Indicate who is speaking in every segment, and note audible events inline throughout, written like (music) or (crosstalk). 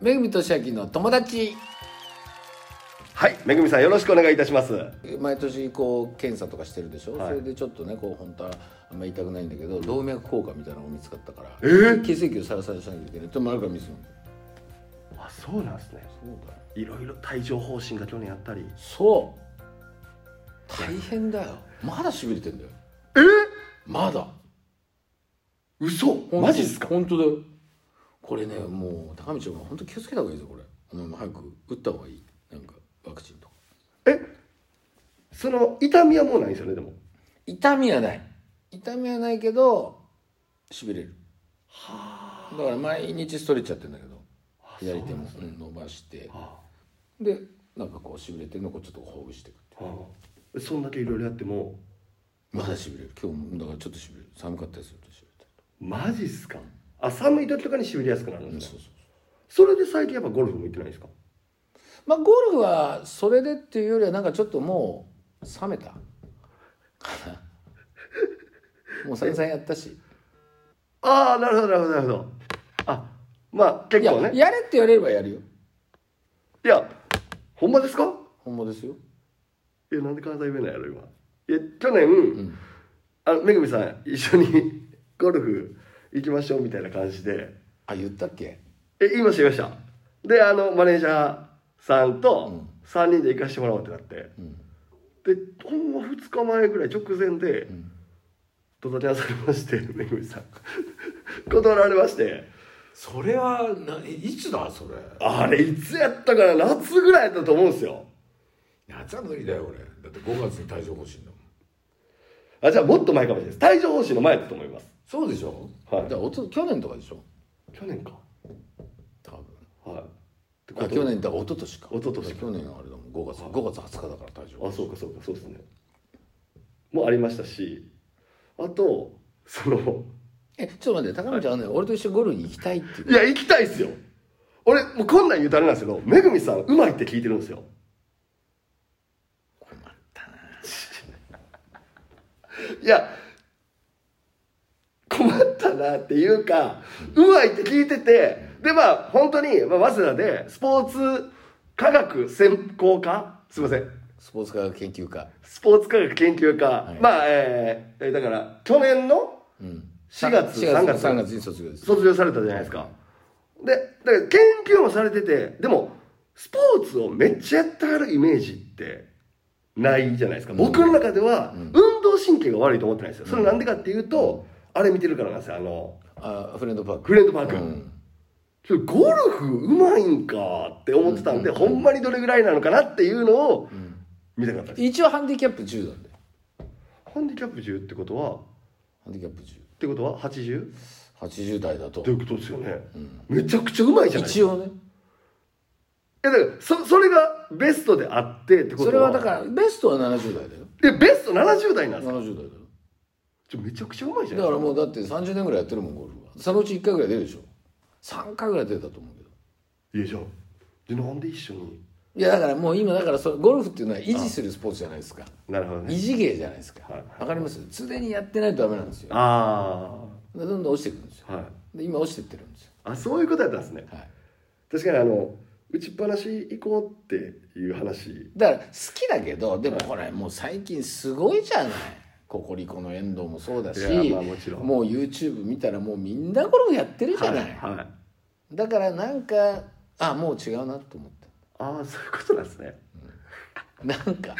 Speaker 1: めぐみとしあきの友達
Speaker 2: はい、めぐみさんよろしくお願いいたします。
Speaker 1: 毎年こう検査とかしてるでしょ、
Speaker 2: はい
Speaker 1: それでちょっとねこう本当はあんまり痛くないんだけど動脈硬化みたいなのが見つかったから、
Speaker 2: えー
Speaker 1: 血液をサラサラしなきゃいけないってもあるから見せる
Speaker 2: あ、そうなんですね。
Speaker 1: そうだよ
Speaker 2: いろいろ帯状疱疹が去年あったり。
Speaker 1: そう大変だよまだしびれてんだよ
Speaker 2: え
Speaker 1: まだ
Speaker 2: 嘘
Speaker 1: 本当
Speaker 2: マジっすか
Speaker 1: 本当だよこれねもう高見ちゃんが本当気をつけた方がいいぞこれお前も早く打った方がいいなんかワクチンとか
Speaker 2: えその痛みはもうないですよね、でも。
Speaker 1: 痛みはない痛みはないけどしびれるだから毎日ストレッチやってんだけど左手もうん伸ばして
Speaker 2: あ
Speaker 1: でなんかこうしびれてるのをこうちょっとほぐしていくって
Speaker 2: ああそんだけいろいろやっても、
Speaker 1: まだしびれる今日もだからちょっとしびれる寒かったですよとしびれて
Speaker 2: マジっすかあ、寒い時とかにしびれやすくなるん
Speaker 1: うん
Speaker 2: で
Speaker 1: そう
Speaker 2: す
Speaker 1: そ
Speaker 2: ね
Speaker 1: うそう
Speaker 2: それで最近やっぱゴルフも行ってないですか
Speaker 1: まあゴルフはそれでっていうよりはなんかちょっともう冷めたか (laughs) なもう散々やったし
Speaker 2: ああ、なるほど、なるほど、なるほど。あ、まあ
Speaker 1: い
Speaker 2: 結
Speaker 1: や
Speaker 2: 構ね。
Speaker 1: やれって言われればやるよ
Speaker 2: いや、ほんまですか
Speaker 1: ほんまですよ
Speaker 2: いや、なんで関西弁なんやろ、今。いや、去年、あの、めぐみさん、一緒に (laughs) ゴルフ行きましょうみたいな感じで、
Speaker 1: あ言ったっけ
Speaker 2: え、言いました、言いました。で、あの、マネージャーさんと
Speaker 1: ん
Speaker 2: 3人で行かしてもらおうってなって、
Speaker 1: うん
Speaker 2: で、ほんま2日前ぐらい直前で
Speaker 1: ん、
Speaker 2: ドタキャンされまして、めぐみさん。断られまして、
Speaker 1: それはないつだそれ
Speaker 2: あれ、いつやったかな、夏ぐらいやったと思うんですよ。
Speaker 1: 夏は無理だよ俺だって5月に体調欲しいんだもん
Speaker 2: あ、じゃあ、もっと前かもしれないです。帯状疱疹の前だと思います。
Speaker 1: そうでしょ、
Speaker 2: はい
Speaker 1: だからおと去年とかでしょ
Speaker 2: 去年か。
Speaker 1: 多分
Speaker 2: はい。
Speaker 1: あ去年だから一昨年か
Speaker 2: 一昨年か
Speaker 1: 去年はあれだもん5月5月20日だから体調
Speaker 2: あそうかそうかそうですねもありましたしあとその
Speaker 1: えちょっと待って高見ちゃんはね、俺と一緒にゴルフに行きたいって言う
Speaker 2: いや行きたいっすよ俺もうこんなん言うたらあれなんですけどめぐみさんうまいって聞いてるんですよ
Speaker 1: 困ったない
Speaker 2: (laughs) や困ったなっていうかうまいって聞いててでまあ本当にまあ早稲田でスポーツ科学専攻科すいません
Speaker 1: スポーツ科学研究家
Speaker 2: スポーツ科学研究科、
Speaker 1: い
Speaker 2: まあえーえーだから去年の
Speaker 1: うん
Speaker 2: 4月
Speaker 1: 3
Speaker 2: 3
Speaker 1: 月
Speaker 2: 月
Speaker 1: 3月に卒業です
Speaker 2: 卒業されたじゃないですか。で、だから研究もされてて、でも、スポーツをめっちゃやってはるイメージってないじゃないですか。僕の中では、運動神経が悪いと思ってないんですよ。それなんでかっていうと、あれ見てるからなんですよ。あの、
Speaker 1: あフレンドパーク
Speaker 2: フレンドパーク。
Speaker 1: うん
Speaker 2: それゴルフうまいんかって思ってたんで、ほんまにどれぐらいなのかなっていうのを見たかったです。
Speaker 1: 一応ハンディキャップ10なんで
Speaker 2: ハンディキャップ10ってことは、っ
Speaker 1: ハンディキャッ
Speaker 2: てことは 80?
Speaker 1: プ1080代だと
Speaker 2: ということですよね。めちゃくちゃうまいじゃないですか
Speaker 1: 一応ね
Speaker 2: いやだからそそれがベストであってってこと
Speaker 1: それはだからベストは70代だよ
Speaker 2: らベスト70代なんですか
Speaker 1: 70代だよ
Speaker 2: ちょめちゃくちゃうまいじゃ
Speaker 1: だ
Speaker 2: な
Speaker 1: か
Speaker 2: いで
Speaker 1: ら
Speaker 2: すか
Speaker 1: もうだって30年ぐらいやってるもんゴルフはそのうち1回ぐらい出るでしょ3回ぐらい出たと思うけど
Speaker 2: いやじゃあでなんで一緒に
Speaker 1: いやだからもう今だからそれゴルフっていうのは維持するスポーツじゃないですか
Speaker 2: なるほど
Speaker 1: 維
Speaker 2: ね
Speaker 1: 持芸じゃないですか
Speaker 2: はい
Speaker 1: わかります常にやってないとダメなんですよ
Speaker 2: あ
Speaker 1: でどんどん落ちてくるんですよ
Speaker 2: あはい
Speaker 1: で今落ちてってるんですよ
Speaker 2: あそういうことやったんですね
Speaker 1: はい
Speaker 2: 確かにあの打ちっぱなし行こうっていう話
Speaker 1: だから好きだけどでもほらもう最近すごいじゃないココリコの遠藤もそうだし
Speaker 2: いやまあもちろん
Speaker 1: もう YouTube 見たらもうみんなゴルフやってるじゃない、
Speaker 2: はい
Speaker 1: だからなんかあもう違うなと思った
Speaker 2: ああそういうことなんですね
Speaker 1: なんか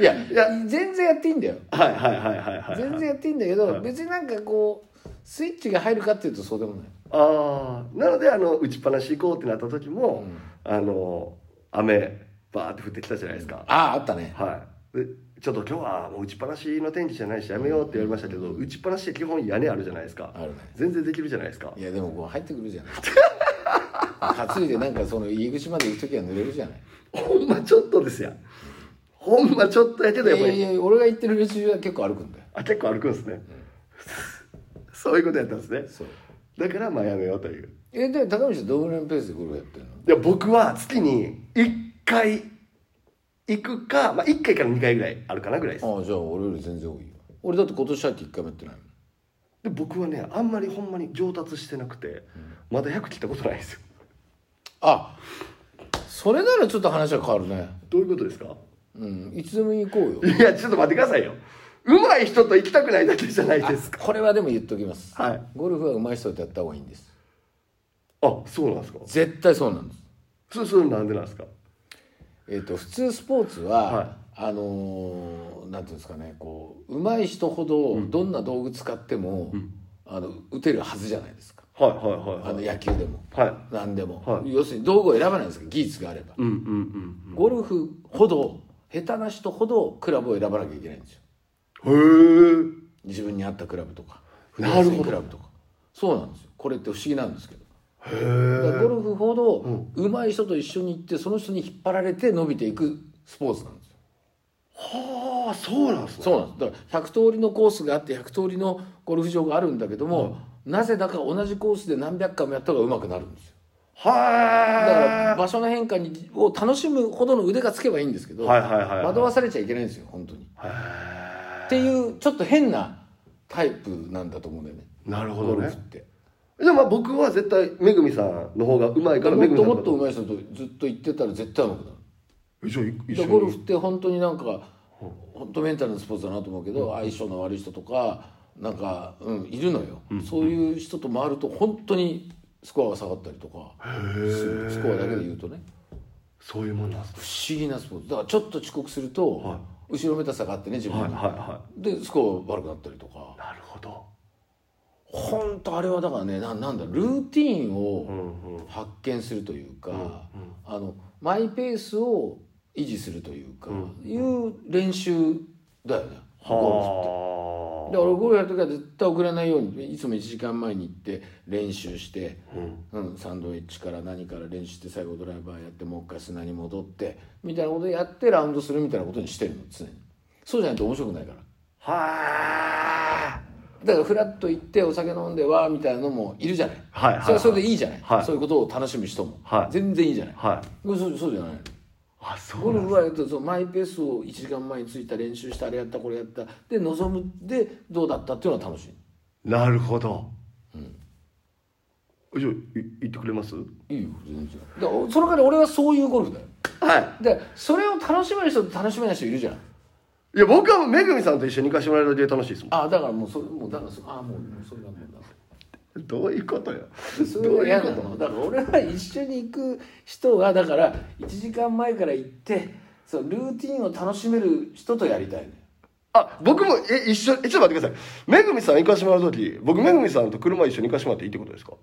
Speaker 1: いや
Speaker 2: いや
Speaker 1: 全然やっていいんだよ
Speaker 2: はいはいはいはいはい
Speaker 1: 全然やっていいんだけど、
Speaker 2: はい
Speaker 1: 別になんかこうスイッチが入るかっていうとそうでもない
Speaker 2: ああなのであの打ちっぱなし行こうってなった時も、あの雨バーって降ってきたじゃないですか、
Speaker 1: あああったね
Speaker 2: はい、でちょっと今日はもう打ちっぱなしの天気じゃないしやめようって言われましたけど、打ちっぱなしって基本屋根あるじゃないですか
Speaker 1: あるね
Speaker 2: 全然できるじゃないですか
Speaker 1: いやでもこう入ってくる (laughs) じゃない担いでなんかその入り口まで行く時は濡れるじゃない
Speaker 2: ほんまちょっとですやんほんまちょっとやけどやっ
Speaker 1: い
Speaker 2: ぱ
Speaker 1: や
Speaker 2: り、
Speaker 1: いやいや俺が行ってる練習は結構歩くんだよ
Speaker 2: あ結構歩くんですね、そういうことやったんですね
Speaker 1: そう
Speaker 2: だからまあやめようという
Speaker 1: えで高見さんどのぐらいのペースでゴルフやってるの
Speaker 2: いや僕は月に1回行くか、まあ、1回から2回ぐらいあるかなぐらいです
Speaker 1: ああじゃあ俺より全然多いよ俺だって今年入って1回もやってないもん
Speaker 2: で僕はねあんまりほんまに上達してなくてまだ100切ったことないんですよ
Speaker 1: あそれならちょっと話は変わるね
Speaker 2: どういうことですか
Speaker 1: うんいつでも行こうよ
Speaker 2: いやちょっと待ってくださいよ上手い人と行きたくないだけじゃないですか
Speaker 1: これはでも言っときます、
Speaker 2: はい
Speaker 1: ゴルフは上手い人とやった方がいいんです
Speaker 2: あそうなんですか
Speaker 1: 絶対そうなんです
Speaker 2: そうそうなんでなんですか
Speaker 1: えー、と普通スポーツは、
Speaker 2: はい
Speaker 1: あのーなんていうんですかねこう上手い人ほどどんな道具使っても、あの打てるはずじゃないですか
Speaker 2: はいはい
Speaker 1: あ
Speaker 2: はい
Speaker 1: の野球でも
Speaker 2: はいはい
Speaker 1: 何でも、
Speaker 2: は
Speaker 1: 要するに道具を選ばないんですけど技術があれば、
Speaker 2: うんうんうん
Speaker 1: ゴルフほど下手な人ほどクラブを選ばなきゃいけないんですよ
Speaker 2: へえ
Speaker 1: 自分に合ったクラブとか
Speaker 2: なるほど
Speaker 1: フリースイングクラブとかそうなんですよこれって不思議なんですけど
Speaker 2: へ
Speaker 1: だから
Speaker 2: え
Speaker 1: ゴルフほど上手い人と一緒に行ってその人に引っ張られて伸びていくスポーツなんですよ
Speaker 2: はあそうなんですね
Speaker 1: そうなんですだから100通りのコースがあって100通りのゴルフ場があるんだけども、なぜだか同じコースで何百回もやった方が上手くなるんですよだから
Speaker 2: は
Speaker 1: 場所の変化にを楽しむほどの腕がつけばいいんですけど、
Speaker 2: はいはいはいはい
Speaker 1: 惑わされちゃいけないんですよ本当に
Speaker 2: あへ
Speaker 1: っていうちょっと変なタイプなんだと思うんだよね
Speaker 2: えなるほ
Speaker 1: ゴ
Speaker 2: ど
Speaker 1: ルフっ
Speaker 2: ね
Speaker 1: て
Speaker 2: じゃあまあ僕は絶対めぐみさんの方がうまいから
Speaker 1: も
Speaker 2: め
Speaker 1: っ
Speaker 2: ぐ
Speaker 1: と
Speaker 2: みさん
Speaker 1: も
Speaker 2: の
Speaker 1: っと上手い人とずっと行ってたら絶対上手くなる
Speaker 2: えじゃあい
Speaker 1: だか
Speaker 2: 一緒
Speaker 1: ら
Speaker 2: に
Speaker 1: ゴルフって本当になんか本当メンタルのスポーツだなと思うけど、相性の悪い人とかなんか、うん、いるのよ、そういう人と回ると本当にスコアが下がったりとか
Speaker 2: へえ
Speaker 1: スコアだけで言うとね
Speaker 2: そういうもんなんですね
Speaker 1: 不思議なスポーツだからちょっと遅刻すると、
Speaker 2: は
Speaker 1: 後ろめたさがあってね自分
Speaker 2: はい
Speaker 1: に、
Speaker 2: はいは
Speaker 1: でスコア悪くなったりとか
Speaker 2: いなるほど
Speaker 1: 本当あれはだからねななんだルーティーンを、
Speaker 2: うんうん
Speaker 1: 発見するというか、
Speaker 2: んうん
Speaker 1: あのマイペースを維持するというか、
Speaker 2: うん
Speaker 1: いう練習だよねゴルフで
Speaker 2: は
Speaker 1: 俺ゴルフやる時は絶対遅れないようにいつも1時間前に行って練習して、
Speaker 2: あうん
Speaker 1: うん、サンドイッチから何から練習して最後ドライバーやってもう一回砂に戻ってみたいなことやってラウンドするみたいなことにしてるの常にそうじゃないと面白くないから
Speaker 2: は
Speaker 1: だからフラッと行ってお酒飲んでわーみたいなのもいるじゃない,、
Speaker 2: はいはいはい
Speaker 1: それはそれでいいじゃない、
Speaker 2: はい
Speaker 1: そういうことを楽しむ人も、
Speaker 2: はい
Speaker 1: 全然いいじゃない
Speaker 2: あはい
Speaker 1: そうそうじゃない
Speaker 2: あそ
Speaker 1: ゴ
Speaker 2: う
Speaker 1: ル
Speaker 2: なん
Speaker 1: フはえっとそのマイペースを1時間前についた練習したあれやったこれやったで望むでどうだったっていうのは楽し
Speaker 2: なるほどじゃあい言ってくれますはい
Speaker 1: いいいよ全然だからその代わり俺はそういうゴルフだよでそれを楽しめる人と楽しめない人いるじゃん
Speaker 2: いや僕はもうめぐみさんと一緒に行かせてもらえるだけで楽しいですも
Speaker 1: ああだからもうそれもうだからそああもうもうそれはもうだ
Speaker 2: ん (laughs) どういうことよ
Speaker 1: それは嫌なのだから俺は一緒に行く人がだから1時間前から行ってそのルーティンを楽しめる人とやりたいね
Speaker 2: あ僕もえ一緒えちょっと待ってくださいめぐみさん行かせてもらう時僕めぐみさんと車一緒に行かせてもらっていいってことですか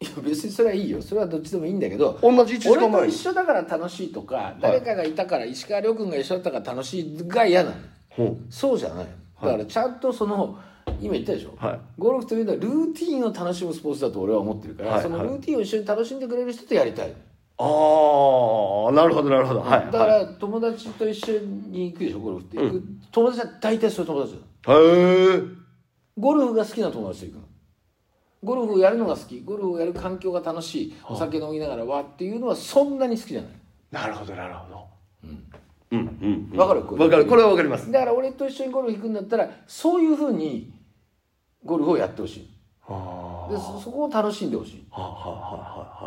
Speaker 1: いや別にそれはいいよそれはどっちでもいいんだけど
Speaker 2: 同じ1時間
Speaker 1: 俺と
Speaker 2: 前に
Speaker 1: 一緒だから楽しいとか誰かがいたから石川遼君が一緒だったから楽しいが嫌なの
Speaker 2: ほう
Speaker 1: そうじゃないだからちゃんとその今言ったでしょ、
Speaker 2: はい
Speaker 1: ゴルフというのはルーティンを楽しむスポーツだと俺は思ってるから、
Speaker 2: はい
Speaker 1: その
Speaker 2: はい
Speaker 1: ルーティンを一緒に楽しんでくれる人とやりたい、
Speaker 2: ああなるほどなるほどはい
Speaker 1: だか
Speaker 2: はい
Speaker 1: ら友達と一緒に行くでしょゴルフって行く、友達は大体そういう友達だ
Speaker 2: へえ
Speaker 1: ゴルフが好きな友達と行くのゴルフをやるのが好きゴルフをやる環境が楽しいお酒飲みながらわっていうのはそんなに好きじゃない
Speaker 2: なるほどなるほどうんうんうん
Speaker 1: わかる
Speaker 2: わかるこれはわかります
Speaker 1: だから俺と一緒にゴルフ行くんだったらそういうふうにゴルフをやってほしい
Speaker 2: はあ
Speaker 1: でそそこを楽しんでほしい
Speaker 2: はあはあは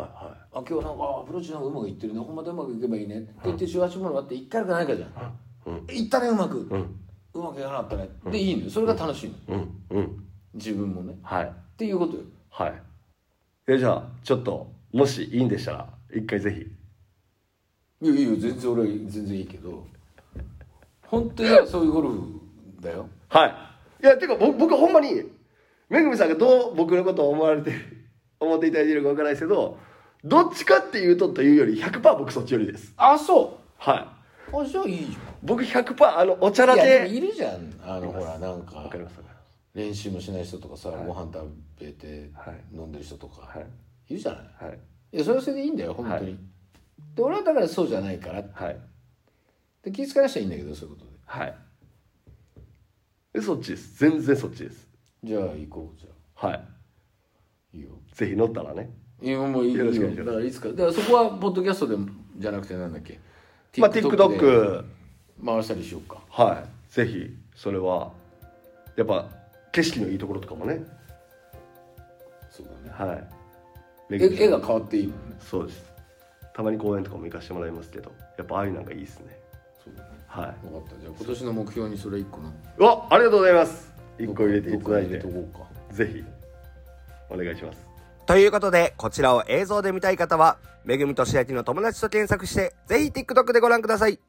Speaker 2: いはいはい
Speaker 1: あ今日なんかあアプローチなんかうまくいってるねほんまでうまくいけばいいねって言って18ものあって1回かないかじゃんいったねうまく
Speaker 2: うん
Speaker 1: うまくいかなかったねでいいのよそれが楽しいの
Speaker 2: うんうん
Speaker 1: 自分もね
Speaker 2: はい
Speaker 1: っていうことよ
Speaker 2: はいえじゃあちょっともしいいんでしたら一回ぜ
Speaker 1: い
Speaker 2: ひ
Speaker 1: やいや全然俺は全然いいけど本当にだからそういうゴルフだよ
Speaker 2: はいいやてか僕僕はほんまにめぐみさんがどう僕のことを思われて思っていただいているかわからないですけどどっちかっていうとというより100%僕そっちよりです
Speaker 1: あそ
Speaker 2: は
Speaker 1: うあじゃあいいじ
Speaker 2: い僕100%あのおちゃ
Speaker 1: ゃ
Speaker 2: ら
Speaker 1: んいやでも
Speaker 2: け
Speaker 1: いるじゃんあのほらなんか
Speaker 2: わかりますわかります
Speaker 1: 練習もしない人とかさ、ご飯食べて
Speaker 2: はい
Speaker 1: 飲んでる人とか、
Speaker 2: はい
Speaker 1: い、るじゃない
Speaker 2: はい
Speaker 1: いやそれはそれでいいんだよ本当に、
Speaker 2: はい
Speaker 1: で俺はだからそうじゃないから
Speaker 2: はい
Speaker 1: で気付かなくちゃいいんだけどそういうことで
Speaker 2: はいでそっちです全然そっちです
Speaker 1: じゃあ行こうじゃあ
Speaker 2: はい
Speaker 1: いいよ
Speaker 2: ぜひ乗ったらね
Speaker 1: いやもういい
Speaker 2: よ
Speaker 1: よ
Speaker 2: ろしくお願いします
Speaker 1: だからいつかだからそこはポッドキャストでもじゃなくてなんだっけ
Speaker 2: まあ
Speaker 1: TikTok で
Speaker 2: TikTok
Speaker 1: 回したりしようか
Speaker 2: はいぜひそれはやっぱ景色のいいところとかもね
Speaker 1: そうだね
Speaker 2: はい
Speaker 1: 絵絵が変わっていいもんね
Speaker 2: そうですたまに公演とかも行かしてもらいますけどやっぱああいうなんかいいですね
Speaker 1: そうだね
Speaker 2: はい
Speaker 1: 分かったじゃあ今年の目標にそれ一個な
Speaker 2: うわありがとうございます1個入れていた
Speaker 1: どっか
Speaker 2: だ
Speaker 1: に
Speaker 2: い
Speaker 1: 入れ
Speaker 2: て
Speaker 1: とこうか
Speaker 2: ぜひお願いします
Speaker 3: ということで、こちらを映像で見たい方は、めぐみとしあきの友達と検索して、ぜひ TikTok でご覧ください。